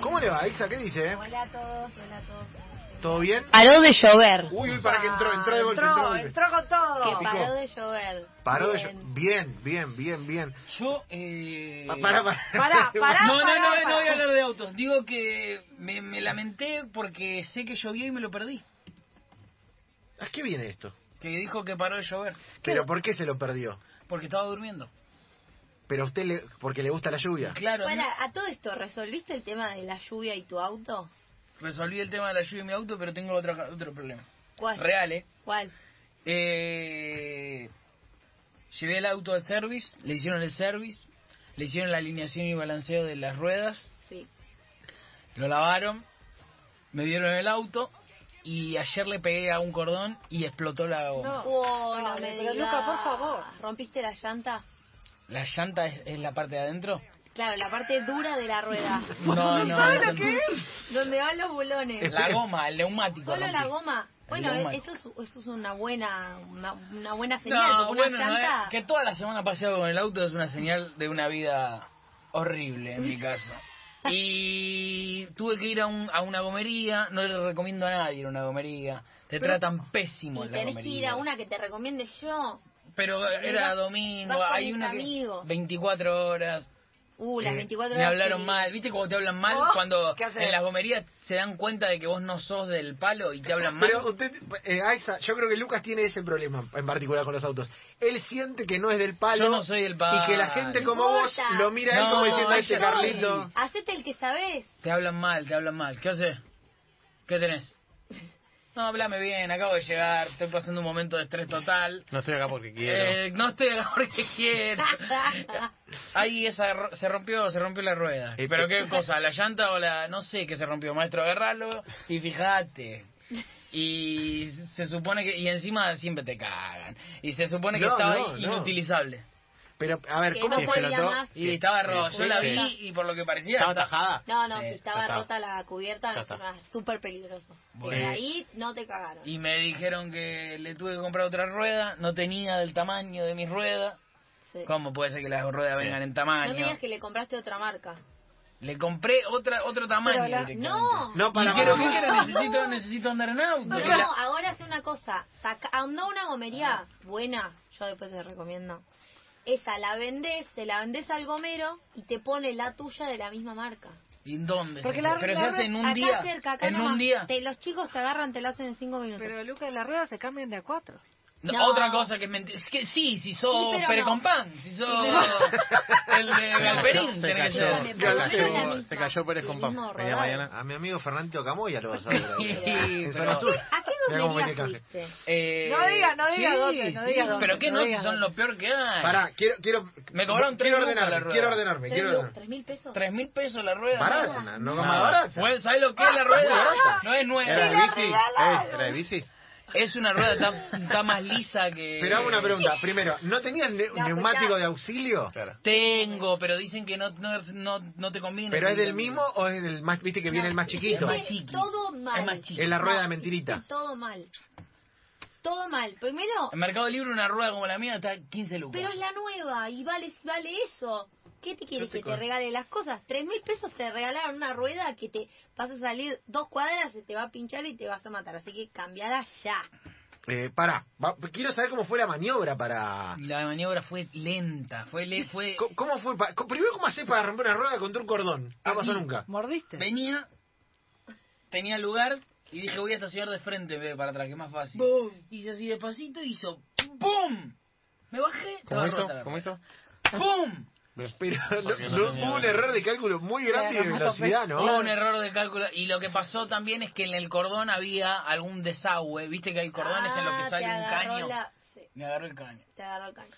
¿Cómo le va, Ixa? ¿Qué dice? eh? Hola a todos, hola a todos. ¿Todo bien? Paró de llover. Uy, uy, para que entró, entró de golpe, entró de Ah, Entró, golpe. entró con todo. Que paró de llover. Paró de Bien. llo- Bien, bien, bien, bien. Yo, eh... Pa- Para, para. Pará, pará. Ah, No, no, no, pará. no voy a hablar de autos. Digo que me, me lamenté porque sé que llovió y me lo perdí. ¿A qué viene esto? Que dijo que paró de llover. ¿Pero por qué se lo perdió? Porque estaba durmiendo. ¿Pero a usted le, porque le gusta la lluvia? Claro, Para, a todo esto, ¿resolviste el tema de la lluvia y tu auto? resolví el tema de la lluvia en mi auto, pero tengo otro, otro problema. ¿Cuál? Real, ¿eh? ¿Cuál? Eh, Llevé el auto al service, le hicieron el service, le hicieron la alineación y balanceo de las ruedas, Sí. lo lavaron, me dieron el auto y ayer le pegué a un cordón y explotó la goma. No. Oh, no Dale, me pero digas. Luca, por favor. ¿Rompiste la llanta? ¿La llanta es, es la parte de adentro? Claro, la parte dura de la rueda. No, no. ¿Sabes no lo que es? Donde van los bulones. La goma, el neumático. Solo la rompí. goma. Bueno, El goma. eso es, eso es una buena una, una buena señal, No, porque bueno, una no, llanta... eh, que toda la semana paseado con el auto es una señal de una vida horrible en mi caso. Y tuve que ir a, un- a una gomería, no le recomiendo a nadie ir a una gomería, te tratan pésimo Y en la tenés que ir gomería. a una que te recomiende yo. Pero era vas- vas domingo, con hay mis una que- amigos. 24 horas. Uh, las eh, 24 horas. me hablaron que- mal, ¿viste cuando te hablan mal? Oh, cuando ¿qué haces? en las gomerías se dan cuenta de que vos no sos del palo y te hablan mal. Pero usted, eh, Aixa, yo creo que Lucas tiene ese problema en particular con los autos. Él siente que no es del palo. Yo no soy del palo. Y que la gente como No vos importa. lo mira a él No, como diciendo, vaya este sí. Carlito. Hacete el que sabés. Te hablan mal, te hablan mal. ¿Qué haces? ¿Qué tenés? No, hablame bien, acabo de llegar, estoy pasando un momento de estrés total. No estoy acá porque quiero. Eh, no estoy acá porque quiero. Ahí esa ro- se rompió, se rompió la rueda. Eh, Pero eh. qué cosa, la llanta o la no sé qué se rompió, maestro, agarralo y fíjate. Y se supone que y encima siempre te cagan. Y se supone que No, estaba no, no. inutilizable. Pero, a ver, Que ¿cómo no puede... podía explotó. más. Y Sí. estaba roto. Sí, Yo la sí. vi y por lo que parecía ¿Estaba esta- tajada? Eh, No, no, Sí, si ya estaba está. rota la cubierta, Ya está. era súper peligroso. Bueno. De ahí no te cagaron. Y me dijeron que le tuve que comprar otra rueda, no tenía del tamaño de mi rueda. Sí. ¿Cómo puede ser que las ruedas Sí. vengan en No me tamaño? digas que le compraste otra marca. Le compré otra otro tamaño. Pero la- directamente. No, No, Y para, quiero, para. ¿qué quiero? necesito, necesito andar en auto. no, Y la- ahora hace una cosa. Saca, anda a una gomería buena, yo después te recomiendo. Esa la vendés, te la vendés al gomero y te pone la tuya de la misma marca. ¿Y dónde? se Porque hace? la- Pero la- se hace en un acá día. cerca, acá en nomás, un día. te- los chicos te agarran, te la hacen en cinco minutos. Pero Luca, las ruedas se cambian de a cuatro. No, No. Otra cosa que es mentira. Es que sí, si sos Sí, pero Pere no. con pan, si sos el de No, Galperín, se tenés que cayó, ser. Dígame, se por lo menos la cayó, misma, se cayó Pérez el con pan. mismo Media rodado. mañana. A mi amigo Fernando Camoya lo vas a ver. ahora. en pero- zona sur. ¿A qué Mirá cómo gomería viene el canje. fuiste? Eh, No diga, no diga dónde, no diga dónde, Pero que no no, diga si son dónde. lo peor que hay. Pará, quiero, quiero... Me cobraron tres Quiero lucas la ordenarme, rueda. quiero ordenarme, quiero ¿Tres, ordenarme. tres mil pesos? Tres mil pesos la rueda. Barata, no, no más barata. Pues, ¿Sabes lo que es la rueda? barata. No es ¿Era de nueva. bici? Eh, ¿Era de bici? Es una rueda tan, tan más lisa que... Pero hago una pregunta. Primero, ¿no tenías ne- No, neumático escuchá. de auxilio? Tengo, pero dicen que no, no, no, no te conviene. ¿Pero es del mismo o es del más... Viste que viene el más chiquito? más chiqui. Todo mal. Es más chiqui. Es la rueda de Hiciste mentirita. Todo mal. Todo mal. Primero, En Mercado Libre una rueda como la mía está 15 lucas. pero es la nueva y vale, vale eso. ¿Qué te quieres Yo te que te con- regale las cosas? Tres mil pesos te regalaron una rueda que te vas a salir dos cuadras, se te va a pinchar y te vas a matar. Así que cambiala ya. Eh, pará, va- quiero saber cómo fue la maniobra para... La maniobra fue lenta, fue... Le, fue Co- ¿Cómo fue? pa- co- Primero, ¿cómo hacés para romper una rueda contra un cordón? No Así. pasó nunca. ¿Mordiste? venía, tenía lugar y dije voy a estacionar de frente en vez de para atrás, que es más fácil. Hice así despacito y hizo ¡Pum! Me bajé, estaba ¿Cómo rota la hizo? ¿Cómo hizo? rueda. ¡Pum! Pero Porque no- no no- tenía- hubo un error de cálculo muy grande de pues, Claro, no, velocidad, ¿no? Hubo un error de cálculo. Y lo que pasó también es que en el cordón había algún desagüe. Viste que hay cordones en los Ah, que sale te un agarró caño. la- sí, Me agarró el caño. te agarró el caño.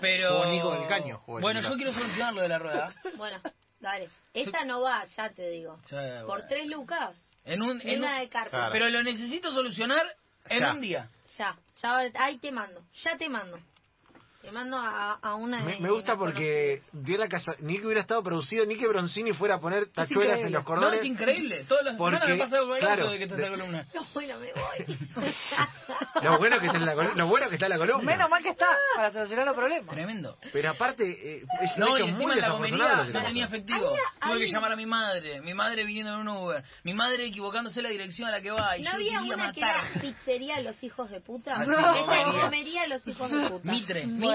Pero... Jugó Nico del Caño, jugó el bueno, Nico. yo quiero solucionar lo de la rueda. Bueno, dale. Esta no va, ya te digo. Ya, bueno. Por tres lucas. En un, Y en una un- de carpa. Claro. Pero lo necesito solucionar en Ya. un día. Ya, ya, ahí te mando, ya te mando. Te mando a, a una Me, de me gusta mis porque dio la casa, ni que hubiera estado producido, ni que Broncini fuera a poner tachuelas en increíble. los No, cordones. es increíble. Todas las Porque, semanas me pasa algo en el claro, auto de que está de- esta columna. conocidos. No, lo bueno, me voy. bueno que está en la col- lo bueno que está en la columna. Menos mal que está, para solucionar los problemas. Tremendo. Pero aparte, eh, es un No, y hecho encima muy en la desafortunado comería lo que te no pasa. tenía efectivo. Había- Tuve que había- llamar a mi madre. Mi madre viniendo en un Uber. Mi madre equivocándose la dirección a la que va. Y ¿No yo había quería una que matar. era pizzería los hijos de puta? Ah, sí, Esta es comería. comería los hijos de puta. Mitre. Bueno.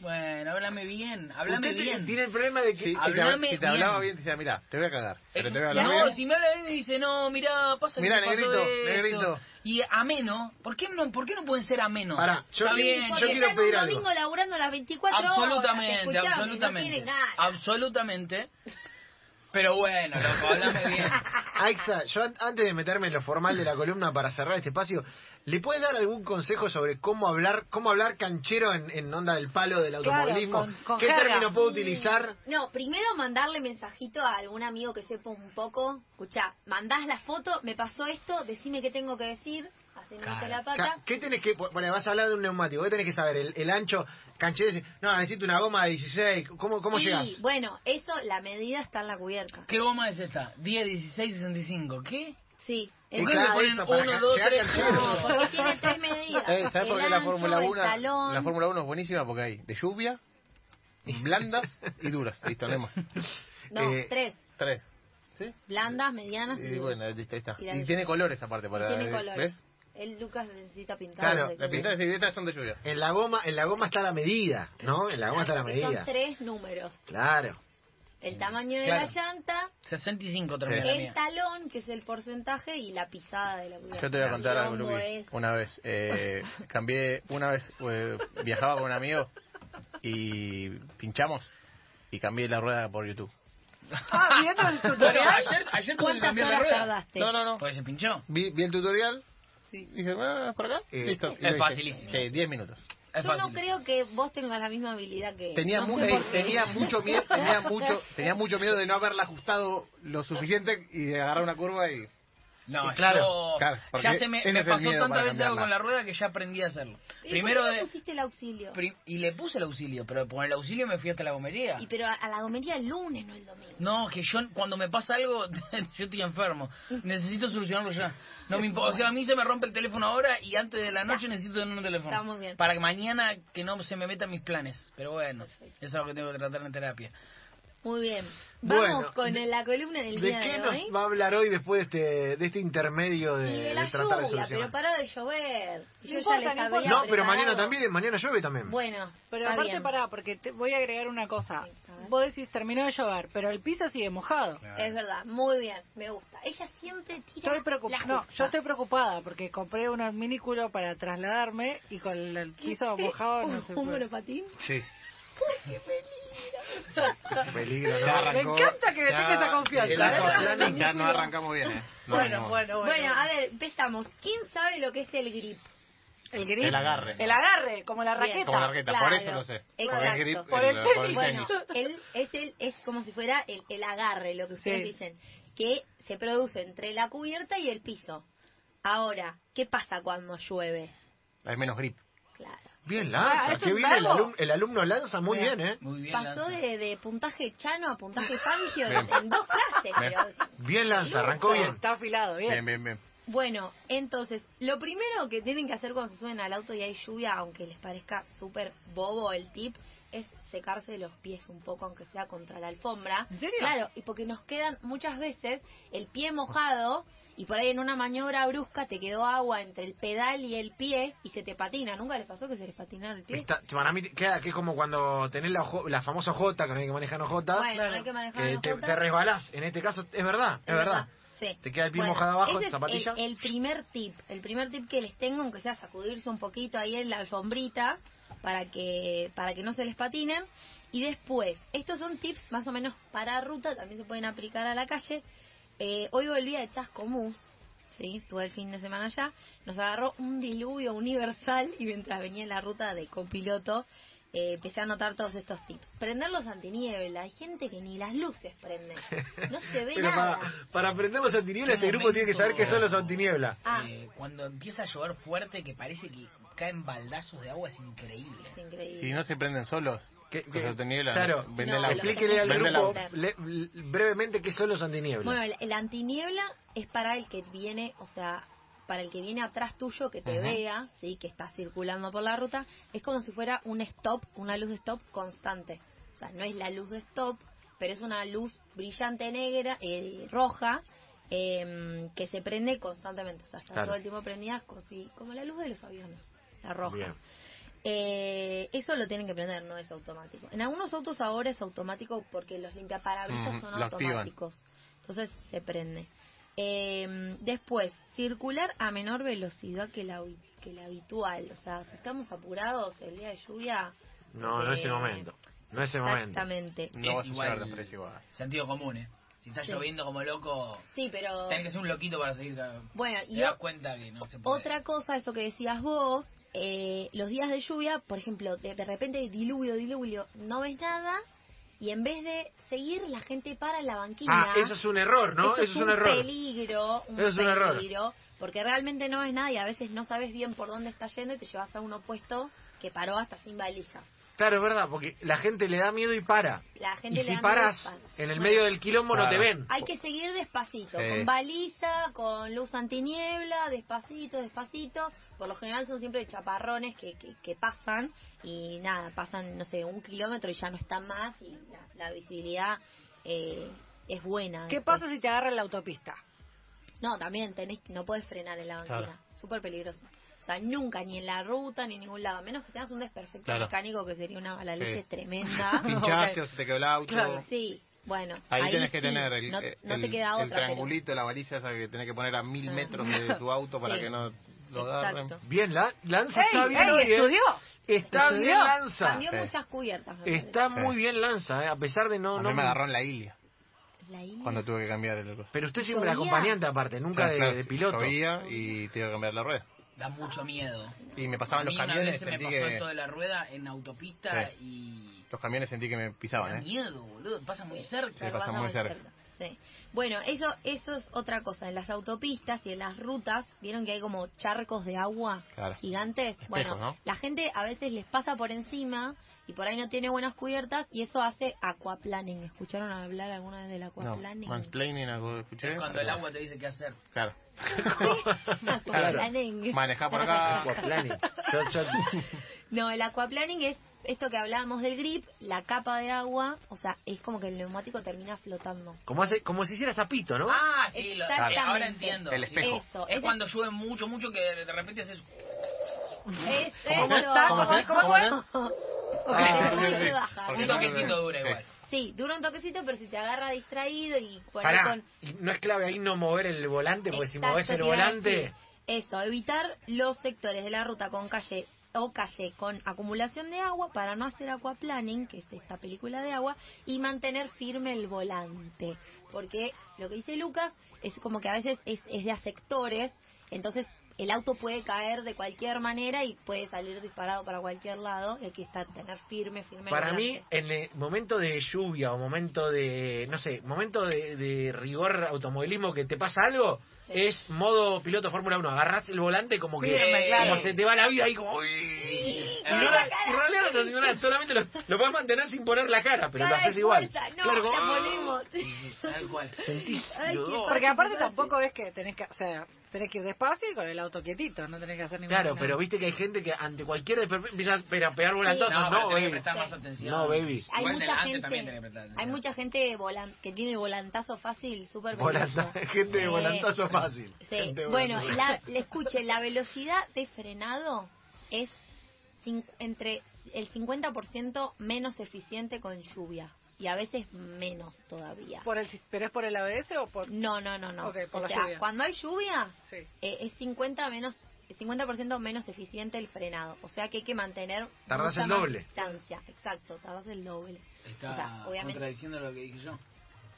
Bueno, háblame bien, háblame Usted bien. tiene el problema de que Sí, si, Hablame te, si bien. te hablaba bien, te decía, mira, te voy a cagar. Pero te voy a hablar no, bien. si me habla bien me dice, no, mirá, pasa Mirá, que me pasó negrito, esto. negrito. Y ameno, ¿por qué no, por qué no pueden ser amenos? Pará, yo Está quiero- bien, Porque yo quiero están pedir un algo. domingo laburando las 24 horas. Absolutamente, escuchame, No absolutamente. tiene nada. absolutamente. Pero bueno, loco, háblame bien. Aixa, Ah, yo an- antes de meterme en lo formal de la columna para cerrar este espacio, ¿le puedes dar algún consejo sobre cómo hablar, cómo hablar canchero en, en onda del palo del Claro, automovilismo? con- con ¿Qué jerga. término Mm, puedo utilizar? No, primero mandarle mensajito a algún amigo que sepa un poco. Escuchá, mandás la foto, me pasó esto, decime qué tengo que decir, haciéndote la pata. Ca- ¿Qué tenés que, bueno, vas a hablar de un neumático, ¿qué tenés que saber? El, el ancho, canchero, dice, no, necesito una goma de 16, ¿cómo, cómo y, llegás? Bueno, eso, la medida está en la cubierta. ¿Qué goma es esta? 10, 16, 65. ¿Qué? Sí, ¿Por eso- qué no le Claro, ponen eso, para 1, ca- 2, llegar 3, canchero. porque tiene tres medidas. Eh, ¿Sabes el por qué la ancho, Fórmula el 1, talón. la Fórmula 1 es buenísima? Porque hay de lluvia, blandas y duras. Listo, no hay más. No, Eh, tres. Tres. ¿Sí? Blandas, medianas y, Y duras. bueno, listo, ahí está. Ah, Y la de Y tiene lluvia. colores aparte para... Tiene color. ¿Ves? El Lucas necesita pintar. Claro, de Las color. pintadas y directas son de lluvia. En la goma, en la goma está la medida, ¿no? En la goma está la Porque medida. Son tres números. Claro. El tamaño de Claro. la llanta, 65 termina la el mía. talón, que es el porcentaje, y la pisada de la cubierta. Yo te voy a contar algo, Quilombo Luqui. es. Una vez, eh, cambié, una vez eh, viajaba con un amigo y pinchamos y cambié la rueda por YouTube. Ah, viendo el Bueno, tutorial. ayer, ayer tuve que ¿Cuántas cambiar la horas rueda. tardaste? No, no, no. Porque se pinchó. Vi, vi el tutorial, dije, ah, por acá, Eh, listo. es y lo hice. facilísimo. Sí, 10 minutos. Es Yo no fácil. creo que vos tengas la misma habilidad que él. Tenía, No sé mu- por eh, qué. tenía mucho miedo, tenía mucho, tenía mucho miedo de no haberla ajustado lo suficiente y de agarrar una curva y No, Y Eh, claro, yo- claro, porque ya se me, ese me es el pasó miedo tantas para veces algo cambiarla. con la rueda que ya aprendí a hacerlo. ¿Y Primero por qué no de, pusiste el auxilio? pri- y le puse el auxilio, pero con el auxilio me fui hasta la gomería. Y pero a, a la gomería el lunes, no el domingo. No, que yo cuando me pasa algo, yo estoy enfermo. Necesito solucionarlo ya. No me impo- o sea, a mí se me rompe el teléfono ahora y antes de la noche necesito tener un teléfono. Está muy bien. Para que mañana que no se me metan mis planes. Pero bueno, eso es lo que tengo que tratar en terapia. Muy bien. Vamos Bueno, con de- la columna del ¿De día qué de nos hoy. va a hablar hoy después de este, de este intermedio de, Y de la de tratar de lluvia, pero solucionar? paró de llover. No Yo importa, ya les no había importa. No, pero preparado. mañana también, mañana llueve también. Bueno, Pero está aparte bien. pará, porque te voy a agregar una cosa. Sí, a ver. Vos decís, terminó de llover, pero el piso sigue mojado. Es verdad, muy bien, me gusta. Ella siempre tira. Estoy la preocupada. No, justa. yo estoy preocupada porque compré un adminículo para trasladarme y con el el piso mojado no ¿Un- se ¿Un puede. monopatín? sí. Peligro, Ya ¿no? Me arrancó, encanta que me ya- tenga esa confianza, el ¿eh? aquaplaning Ya no arrancamos bien, eh. No, bueno, no. bueno, bueno, Bueno, a ver, empezamos. ¿Quién sabe lo que es el grip? El grip. El agarre. El agarre, como la Bien. raqueta. Como la raqueta, por Claro, eso lo sé. Por el exacto. grip, Por el por el Bueno, tenis. él es, el, es como si fuera el, el agarre, lo que ustedes Sí. dicen, que se produce entre la cubierta y el piso. Ahora, ¿qué pasa cuando llueve? Hay menos grip. Claro. Bien Ah, lanza, ¿es qué un bien el, verbo? alum- el alumno lanza muy bien, ¿eh? Muy bien. Pasó Lanza. de, de puntaje Chano a puntaje Fangio en, Bien. en dos clases. Bien. pero- Bien lanza, arrancó bien. Está afilado, bien. Bien, bien, bien. Bueno, entonces, lo primero que tienen que hacer cuando se suben al auto y hay lluvia, aunque les parezca súper bobo el tip, es secarse los pies un poco, aunque sea contra la alfombra. ¿En serio? Claro, y porque nos quedan muchas veces el pie mojado y por ahí en una maniobra brusca te quedó agua entre el pedal y el pie y se te patina. ¿Nunca les pasó que se les patinara el pie? Está- para mí, queda que es como cuando tenés la, ojo- la famosa J, que no hay que manejar OJ, Bueno, claro. hay que manejar que los Eh, te, botas. te resbalás. En este caso, es verdad, es, verdad. Sí. Te queda el pie mojado abajo, ese es zapatilla. El, el primer tip, el primer tip que les tengo, aunque sea sacudirse un poquito ahí en la alfombrita para que para que no se les patinen. Y después, estos son tips más o menos para ruta, también se pueden aplicar a la calle. Eh, hoy volví a Chascomús, sí, estuve el fin de semana allá, nos agarró un diluvio universal y mientras venía en la ruta de copiloto eh, empecé a anotar todos estos tips. Prender los antiniebla. Hay gente que ni las luces prende. No se ve Pero nada. para, para aprender los antinieblas, Qué este grupo tiene que saber qué son los momento. antinieblas. Ah, Eh, cuando empieza a llover fuerte, que parece que caen baldazos de agua, es increíble. es increíble. Si no se prenden solos, Que- los que- antinieblas claro, venden No, la- explíquele al venden la- grupo la- le- le- brevemente qué son los Bueno, antinieblas. el, el antiniebla es para el que viene, o sea, para el que viene atrás tuyo, que te Ujú. vea, ¿sí? que está circulando por la ruta. Es como si fuera un stop, una luz de stop constante. O sea, no es la luz de stop, pero es una luz brillante negra, eh, roja, em, que se prende constantemente. O sea, está Claro. todo el tiempo prendida, co- sí, como la luz de los aviones, la roja. Bien. Eh, eso lo tienen que prender, no es automático. En algunos autos ahora es automático porque los limpiaparabrisas Ujú, son lo activan. automáticos. Entonces se prende. Eh, después, circular a menor velocidad que la, habi- que la habitual. O sea, si estamos apurados el día de lluvia. No, no es el eh, momento. No es el momento. Exactamente. No vas es a llegar igual tan precio igual. sentido común, ¿eh? Si está Sí. lloviendo como loco, Sí, pero. tenés que ser un loquito para seguir. ca- Bueno, Te y das o- cuenta que no se puede. Otra cosa, eso que decías vos, eh, los días de lluvia, por ejemplo, de, de repente diluvio, diluvio, no ves nada y en vez de seguir, la gente para en la banquina. Ah, eso es un error, ¿no? Eso es un error. peligro, un Eso es un error. peligro, porque realmente no ves nada y a veces no sabes bien por dónde está yendo y te llevas a un opuesto que paró hasta sin valija. Claro, es verdad, porque la gente le da miedo y para. La gente Y le da si miedo paras para. en el Bueno, medio del quilombo no te Claro. ven. Hay que seguir despacito, Sí. con baliza, con luz antiniebla, despacito, despacito. Por lo general son siempre chaparrones que, que, que pasan y nada, pasan, no sé, un kilómetro y ya no están más y la, la visibilidad eh, es buena. ¿Qué después. pasa si te agarra en la autopista? No, también tenés, no podés frenar en la banquina. Claro. Súper peligroso. O sea, nunca, ni en la ruta, ni en ningún lado. A menos que tengas un desperfecto Claro. mecánico que sería una mala Sí. leche tremenda. Pinchaste o se te quedó el auto. Sí, bueno. Ahí, tenés sí, que tener el, eh, no, el- no te queda el otra. pero- triangulito, la baliza esa que tenés que poner a mil Ah. metros de tu auto para Sí. que no lo agarren. Exacto. Bien, la, Lanza ¡Ey, está bien ey, hoy, ¿eh? estudió! Está Estudió. bien Lanza. Cambió Sí. muchas cubiertas. me parece. Está muy bien Lanza, ¿eh? a pesar de no... a no mí me agarró en la ilia La isla. cuando tuve que cambiar el coso. Pero usted siempre Llovía. acompañante aparte, nunca de, Claro, de piloto. llovía y tuve que cambiar la rueda. Da mucho miedo. Y me A pasaban mí los una vez camiones, se me sentí pasó que... esto de la rueda en autopista y... Los camiones sentí que me Da pisaban, ¿eh? miedo, boludo. Pasa muy Sí, cerca. pasa muy cerca. Sí. Bueno, eso, eso es otra cosa. En las autopistas y en las rutas, ¿vieron que hay como charcos de agua Claro. gigantes? Espejos, bueno, ¿no? la gente a veces les pasa por encima y por ahí no tiene buenas cubiertas y eso hace aquaplaning. ¿Escucharon hablar alguna vez del No, aquaplaning? mansplaining, algo escuché. Es cuando el agua te dice qué hacer. Claro. Aquaplaning. Manejá por acá. Aquaplaning. Yo- yo- No, el aquaplaning es esto que hablábamos del grip, la capa de agua, o sea, es como que el neumático termina flotando. como, hace, como si hiciera sapito, ¿no? Ah, sí, lo, Exactamente. ahora entiendo. El espejo. Eso, Es ese- cuando llueve mucho, mucho que de repente haces... Es Este, ¿Cómo eso. está? ¿Cómo está? ¿Cómo está? Porque se Ah, sube y sí, se sí. baja. Porque Un no- toquecito dura Sí. igual. Sí, dura un toquecito, pero si te agarra distraído y por ahí Pará, con... y no es clave ahí no mover el volante, porque si Exacto, moves el te iba a volante... decir. Eso, evitar los sectores de la ruta con calle o calle con acumulación de agua para no hacer aquaplaning, que es esta película de agua, y mantener firme el volante. Porque lo que dice Lucas es como que a veces es, es de a sectores, entonces el auto puede caer de cualquier manera y puede salir disparado para cualquier lado, y hay que estar, tener firme, firme Para el volante. mí, en el momento de lluvia o momento de, no sé, momento de, de rigor automovilismo que te pasa algo, Sí. es modo piloto Fórmula 1. Agarrás el volante como que Firme, como claro. se te va la vida ahí como... "Uy". Es Y no verdad. la- y en realidad no te hace nada, solamente lo, lo puedes mantener sin poner la cara, pero lo Cara de haces igual. fuerza, no, Claro, como- ¡ah! la ponemos. Tal cual. Sentís Ay, lo qué dos. Porque aparte tampoco es que tenés que, o sea, tenés que ir despacio y con el auto quietito, no tenés que hacer ninguna Claro, pero viste que hay gente que ante cualquier desperfecto empieza a pero a pegar volantosos. No, No, eh, pero tenés que baby. prestar más atención. No, baby. hay Igual mucha delante gente también tenés que prestar atención. hay mucha gente volan- que tiene volantazo fácil súper Volanta- peligroso. gente de Sí, volantazo fácil. sí. Gente de bueno volantazo. la, le escuche la velocidad de frenado es cin- entre el 50% menos eficiente con lluvia y a veces menos todavía Por el, ¿Pero es por el ABS o por...? no no no no Ok, por o la sea lluvia. cuando hay lluvia Sí. eh, es 50 menos 50% menos eficiente el frenado, o sea que hay que mantener Tardás mucha el más doble. distancia, exacto, tardás el doble. Está O sea, obviamente- contradiciendo lo que dije yo.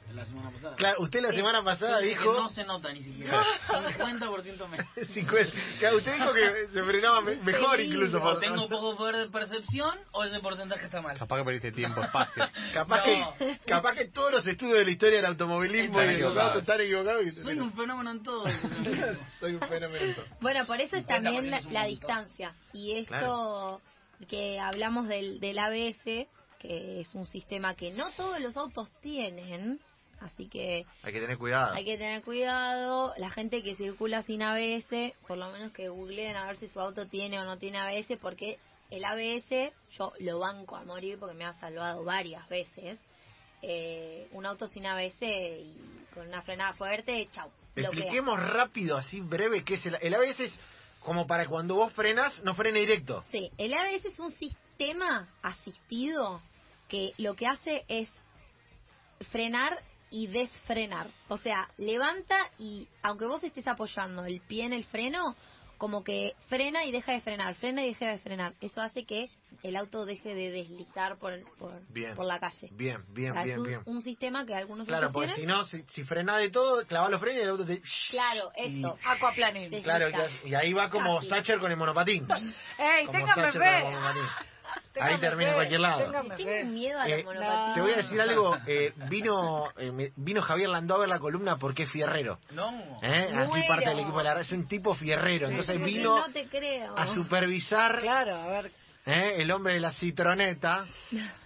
de la semana pasada. Claro, usted la semana pasada Dice que dijo... No se nota ni siquiera. 50% menos. 50. pues, Claro, usted dijo que se frenaba me- mejor Peligro. incluso. O por- tengo poco poder de percepción o ese porcentaje está mal. Capaz que perdiste tiempo, espacio. Capaz, No. que, capaz que todos los estudios de la historia del automovilismo y Están de los autos equivocados. están equivocados. y- Soy un fenómeno en todo. Soy un fenómeno. Bueno, por eso es 50 también la, es un la montón. distancia. Y esto Claro. que hablamos del, del ABS, que es un sistema que no todos los autos tienen, así que Hay que tener cuidado. hay que tener cuidado. La gente que circula sin ABS, por lo menos que googleen a ver si su auto tiene o no tiene ABS, porque el ABS yo lo banco a morir porque me ha salvado varias veces. Eh, un auto sin ABS y con una frenada fuerte, chau. bloquea. Expliquemos rápido, así breve, qué es el, el ABS. Es como para cuando vos frenas, no frene directo. Sí, el ABS es un sistema asistido que lo que hace es frenar y desfrenar. O sea, levanta y aunque vos estés apoyando el pie en el freno, como que frena y deja de frenar, frena y deja de frenar. Eso hace que el auto deje de deslizar por, por, Bien. por la calle. Bien, bien, O sea, es bien, un, bien. un sistema que algunos Claro, otros porque si tienen. no, si, si frenás de todo, clavás los frenos y el auto te... Claro, esto. Aquaplaning. Desliza. Claro, y y ahí va como Casi. Sacher con el monopatín. ¡Ey, Como téngame Sacher con el fe! Ah, monopatín. Téngame Ahí termina en fe, cualquier lado. téngame Tengo fe. miedo a los Eh, monopatines. Te voy a decir algo. eh, vino, eh, me- vino Javier Landó a ver la columna porque es fierrero. No. ¿eh? Aquí Muero. parte del equipo de la red. Es un tipo fierrero. Entonces Porque vino No te creo. a supervisar Claro, a ver. ¿eh? el hombre de la citroneta.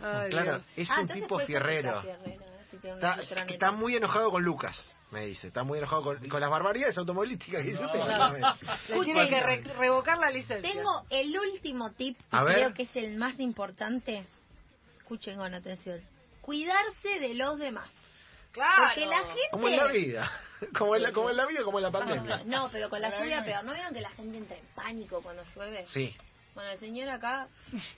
Ay, claro, Dios. es Ah, un entonces tipo puede ser que fierrero. sea fierrero, eh, si tiene una Está, citroneta. está muy enojado con Lucas, me dice. Está muy enojado con, con las barbaridades automovilísticas que este dice usted. claramente. Le tienen que re- revocar la licencia. Tengo el último tip, que A ver. creo que es el más importante. Escuchen con atención. Cuidarse de los demás. Claro. Porque la gente... Como en la vida. Como en la, como en la vida, como en la pandemia. Este. No, pero con la lluvia peor. ¿No vieron que la gente entra en pánico cuando llueve? Sí. Bueno, el señor acá,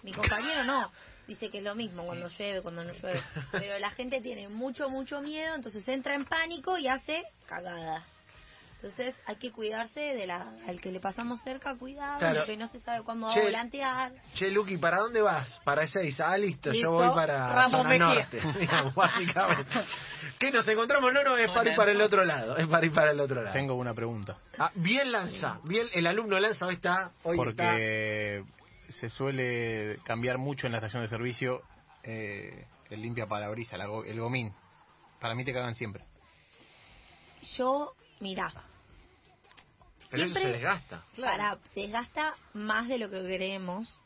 mi compañero no, dice que es lo mismo cuando llueve, cuando no llueve. Pero la gente tiene mucho, mucho miedo, entonces entra en pánico y hace cagadas. Entonces hay que cuidarse de la, al que le pasamos cerca, cuidado, Claro. porque no se sabe cuándo va Che. a volantear. Che, Luqui, ¿para dónde vas? Para Ezeiza. Ah, listo, yo Listo. voy para Ramos zona Mejía. norte. digamos, básicamente. Que nos encontramos, no, no, es para ir para el otro lado. Es para ir para el otro lado. Tengo una pregunta. Ah, bien lanza. Bien, el alumno lanza hoy está. Hoy está. Porque se suele cambiar mucho en la estación de servicio eh, el limpia parabrisas, la go- el gomín. Para mí te cagan siempre. Yo, mira, Pero eso siempre- se desgasta. para, se desgasta más de lo que creemos.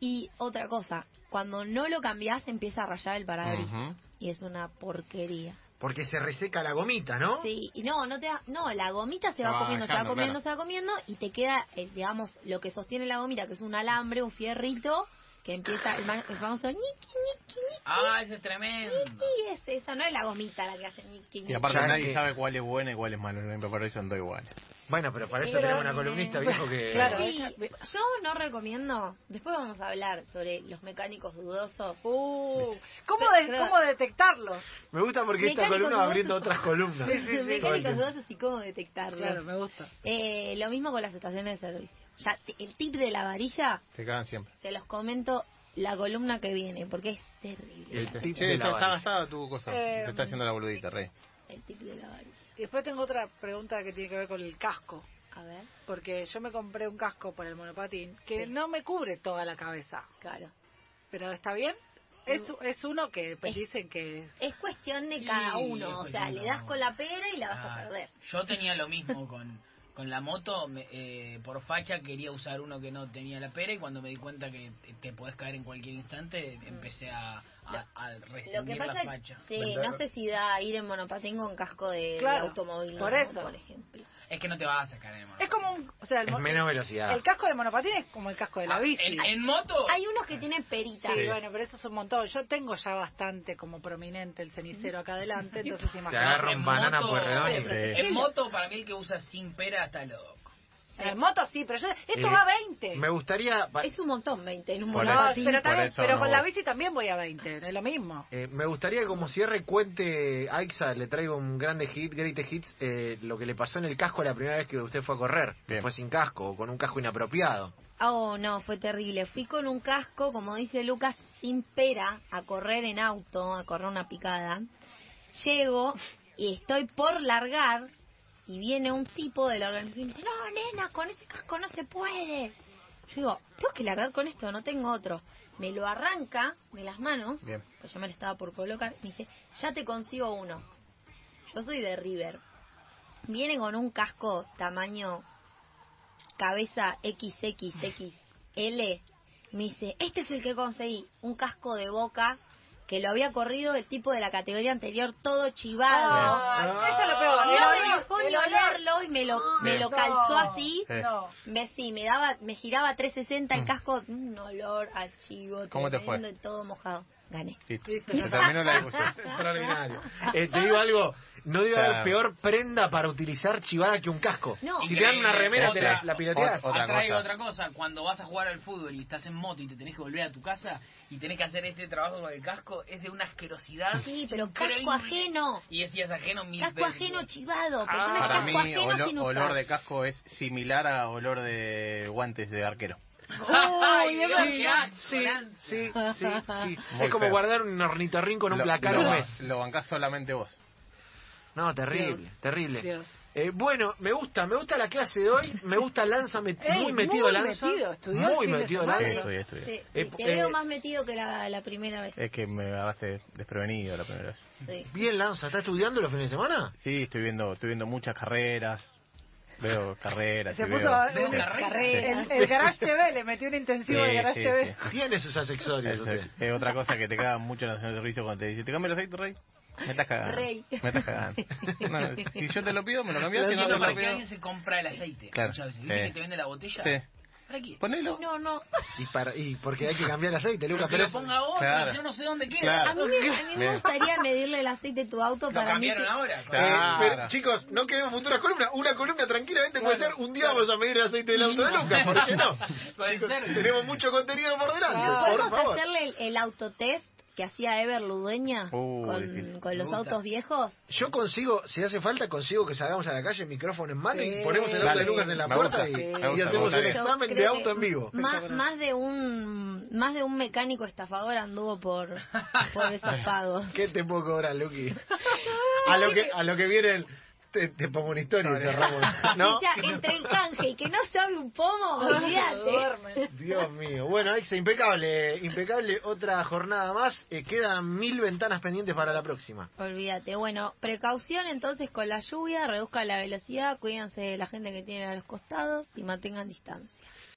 Y otra cosa, cuando no lo cambiás empieza a rayar el parabrisas. Ujú. Y es una porquería. Porque se reseca la gomita, ¿no? Sí, y no, no te da- no, la gomita se Va va, comiendo, se va dejando, comiendo, claro. se va comiendo y te queda, eh, digamos, lo que sostiene la gomita, que es un alambre, un fierrito, que empieza el, ma- el famoso ñiqui, ñiqui, Ah, ese es tremendo. ñiqui, es esa, no es la gomita la que hace ñiqui, ñiqui. Y aparte Ya nadie que- sabe cuál es bueno y cuál es malo. El limpia parabrisas son dos iguales. Bueno, pero para eso Pero, tenemos una eh, columnista viejo que. claro. Sí, yo no recomiendo, después vamos a hablar sobre los mecánicos dudosos. Uh, ¿cómo, de- Pero- ¿Cómo detectarlo? Me gusta porque esta Mecánicos columna va abriendo dudosos. otras columnas. Todo el mecánicos tiempo. dudosos y cómo detectarlos. me gusta. Eh, lo mismo con las estaciones de servicio. Ya, te- el tip de la varilla Se cagan siempre. se los comento la columna que viene, porque es terrible. El tip Che, de la está, está vara. gastada tu cosa. Eh, Se está haciendo la boludita, rey. El tip de la varilla. Y después tengo otra pregunta que tiene que ver con el casco. A ver, Porque yo me compré un casco para el monopatín que Sí. no me cubre toda la cabeza. claro. ¿Pero está bien? Es, Mm. es uno que pues, dicen que es... Es cuestión de Sí, cada es uno, o sea, cuestión de le cada das uno. con la pera y la vas a Ah, perder. Yo tenía lo mismo con, con la moto. me- eh, por facha quería usar uno que no tenía la pera y cuando me di cuenta que te, te podés caer en cualquier instante, empecé a, a, a Mm. Lo que restringir la pasa facha. sí, no sé si da ir en monopatín con casco de, Claro, automóvil, por ¿no? eso. por ejemplo. Es que no te vas a sacar de mano. Es como un... O sea, el, Es mo- menos velocidad. el casco de monopatín es como el casco de la Ah, bici. En, en moto. Hay unos que tienen perita. Sí, bueno, pero eso es un montón. Yo tengo ya bastante como prominente el cenicero acá adelante, entonces Te imagínate. agarra un en banana moto- por redón y Sí. te- En moto, para mí el que usa sin pera está loco. En moto sí, pero yo... Esto Eh, va a 20. Me gustaría. pa- Es un montón 20 en un Por No, Ah, eso- monopatín. pero, está por bien, eso pero no con la voy. bici también voy a 20, no es lo mismo. Eh, me gustaría que como cierre cuente Aixa, le traigo un grande hit, Great Hits, eh, lo que le pasó en el casco la primera vez que usted fue a correr. que Bien. Fue sin casco o con un casco inapropiado. Oh, no, fue terrible. Fui con un casco, como dice Lucas, sin pera, a correr en auto, a correr una picada. Llego y estoy por largar y viene un tipo de la organización y me dice, no, nena, con ese casco no se puede. Yo digo, tengo que largar con esto, no tengo otro. Me lo arranca de las manos, Bien. pues yo me lo estaba por colocar, me dice, ya te consigo uno. Yo soy de River. Viene con un casco tamaño cabeza XXXL. Me dice, este es el que conseguí, un casco de boca que lo había corrido el tipo de la categoría anterior, todo chivado. Ah, eso es lo peor. El No me olor, dejó el ni olor. Ah. olerlo y me lo, me Bien. lo calzó No. así. Eh, No. Me, sí, me daba, me giraba 360 el Mm. casco, un olor a chivo, ¿Cómo te tremendo y todo mojado. Gané. listo. Listo. Se terminó la discusión. Extraordinario. Eh, te digo algo, no debe haber Claro. peor prenda para utilizar chivada que un casco. No. Si te dan una remera, Otra. te la, la pirateás. Otra Otra cosa. cosa. otra cosa, cuando vas a jugar al fútbol y estás en moto y te tenés que volver a tu casa y tenés que hacer este trabajo con el casco, es de una asquerosidad. Sí, pero increíble. casco ajeno. Y decías ajeno mil Casco veces. ajeno chivado. Ah. Personas Para casco mí, ajeno olo- sin usar. olor de casco es similar a olor de guantes de arquero. Ay, Uy, es Dios, verdad. qué asco, Sí, Lan. sí, sí, sí. Muy es como feo. guardar un ornitorrinco en un lo, placar lo un ba- mes. lo bancás solamente vos. No, terrible, Dios. terrible. Dios. Eh, bueno, me gusta, me gusta la clase de hoy, me gusta Lanza, met- Ey, muy metido muy Lanza. metido, estudió el muy fin de metido semana. Lanza. Estoy, estoy. Sí, sí, Eh, te eh, veo más metido que la, la primera vez. Es que me agarraste desprevenido la primera vez. Sí. Bien Lanza, ¿está estudiando los fines de semana? Sí, estoy viendo, estoy viendo muchas carreras. Veo carreras. Se y puso veo- a- Veo sí. carreras. El, el Garage TV, le metió un intensivo Sí, de Garage sí, TV. sí. Tiene sus accesorios. Es, usted. es- es otra cosa que te cagan mucho en la nación de servicio cuando te dicen, ¿te cambio el aceite, rey? Me estás cagando. Rey. Me estás cagando. No, si yo te lo pido, me lo cambias, si no te Entiendo lo para qué pido. alguien se compra el aceite. Claro. Muchas veces. ¿Viste Sí. que te vende la botella? Sí. ¿Para qué? Ponelo. No, no. Y, para, y porque hay que cambiar el aceite, Pero Lucas. que pero lo es- ponga otro, Claro. yo no sé dónde queda. Claro. A mí, me, a mí me Bien. gustaría medirle el aceite de tu auto Lo para mí. cambiaron que- ahora. Eh, Claro. pero, chicos, no queremos futuras columnas. Una columna tranquilamente puede ser Claro, un día claro. vamos a medir el aceite del auto de Lucas, ¿por qué no? Puede Chicos, ser. Tenemos mucho contenido por delante, Ah. por ¿Podemos favor. hacerle el, el autotest que hacía Ever Ludueña Uh, con, difícil. con los Me gusta. autos viejos? Yo consigo, si hace falta, consigo que salgamos a la calle, micrófono en mano, y Sí. ponemos el auto Dale, de Lucas en la me puerta gusta, y, y me gusta, me hacemos gusta. un Yo examen creo de que auto en vivo. Más, más de un más de un mecánico estafador anduvo por, por esos pagos. ¿Qué te puedo cobrar, Luqui? A lo que, a lo que viene el- te, te pongo una historia y cerramos. ¿No? O sea, entre el canje y que no sabe un pomo, olvídate. Duerme. Dios mío. Bueno, Exe, impecable, impecable. Otra jornada más. Eh, quedan mil ventanas pendientes para la próxima. Olvídate. Bueno, precaución entonces con la lluvia, reduzca la velocidad, cuídense de la gente que tiene a los costados y mantengan distancia.